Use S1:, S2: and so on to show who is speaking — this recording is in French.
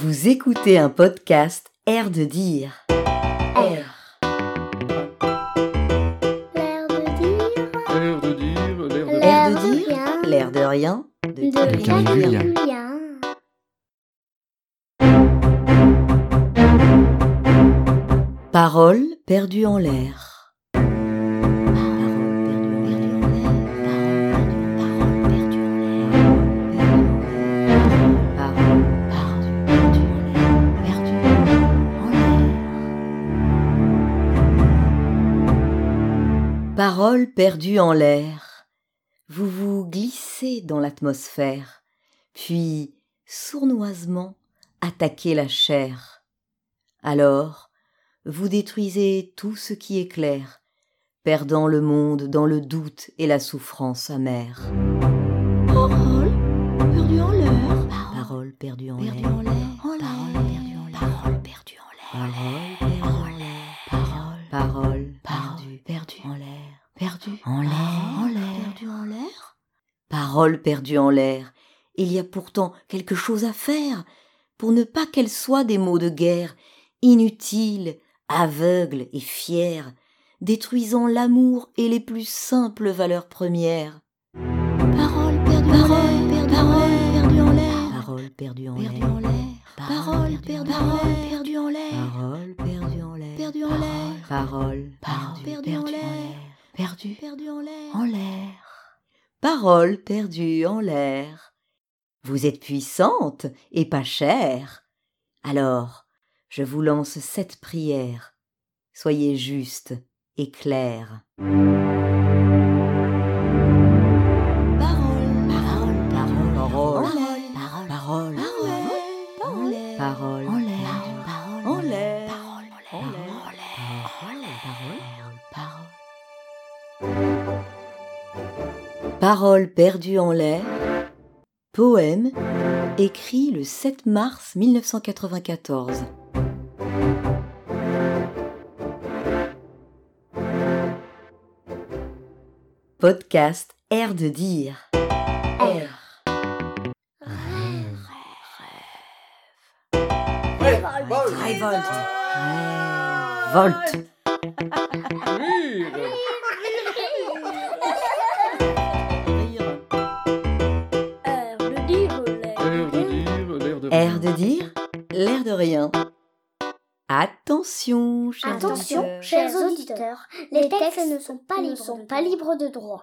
S1: Vous écoutez un podcast Air de dire. Air.
S2: L'air de dire,
S3: L'air de dire, l'air de
S1: L'air
S3: dire.
S1: de dire.
S2: rien,
S1: L'air de rien.
S2: de
S1: Kevin
S3: Kevin
S1: Julien.
S3: Julien.
S2: Julien.
S1: Parole perdue en l'air. Parole perdue en l'air. Parole perdue en l'air. Parole perdue en l'air. Perdue en l'air. Parole perdue en l'air. Vous vous glissez dans l'atmosphère, puis sournoisement attaquez la chair. Alors, vous détruisez tout ce qui est clair, perdant le monde dans le doute et la souffrance amère.
S4: Parole perdue en l'air.
S1: Parole perdue en l'air.
S4: Perdue en l'air.
S1: Parole perdue en l'air. Parole perdue en l'air. Parole perdue en l'air. Parole perdue
S4: Perdue.
S1: en l'air.
S4: Perdue.
S1: En l'air.
S4: En l'air. Perdue en l'air.
S1: Parole perdue en l'air. Il y a pourtant quelque chose à faire pour ne pas qu'elles soient des mots de guerre, inutiles, aveugles et fiers, détruisant l'amour et les plus simples valeurs premières.
S4: Parole perdue en l'air. Parole perdue
S1: Parole perdue
S4: en l'air.
S1: en
S4: Perdue
S1: l'air.
S4: en l'air. Parole perdue en l'air. Perdue en l'air.
S1: Parole perdue en l'air.
S4: Perdue en l'air.
S1: Parole
S4: Parole perdue en l'air.
S1: Perdue
S4: Perdue en l'air.
S1: en l'air. Parole perdue en l'air. Vous êtes puissante et pas chère. Alors, je vous lance cette prière. Soyez juste et claire.
S4: Parole.
S1: Parole, parole,
S4: En l'air.
S1: parole, parole,
S4: En l'air.
S1: parole,
S4: En l'air.
S1: parole,
S4: En
S1: en l'air.
S4: En l'air.
S1: En l'air. Parole, parole. Parole perdue en l'air. Poème écrit le 7 mars 1994. Podcast Air de dire. Air. Révolte. Révolte.
S3: Rire.
S2: L'air de dire,
S3: L'air de dire, l'air de
S1: Air de dire, l'air de rien. Attention, chers
S2: Attention,
S1: auditeurs.
S2: chers auditeurs, les textes ne sont pas libres, sont pas libres de droit.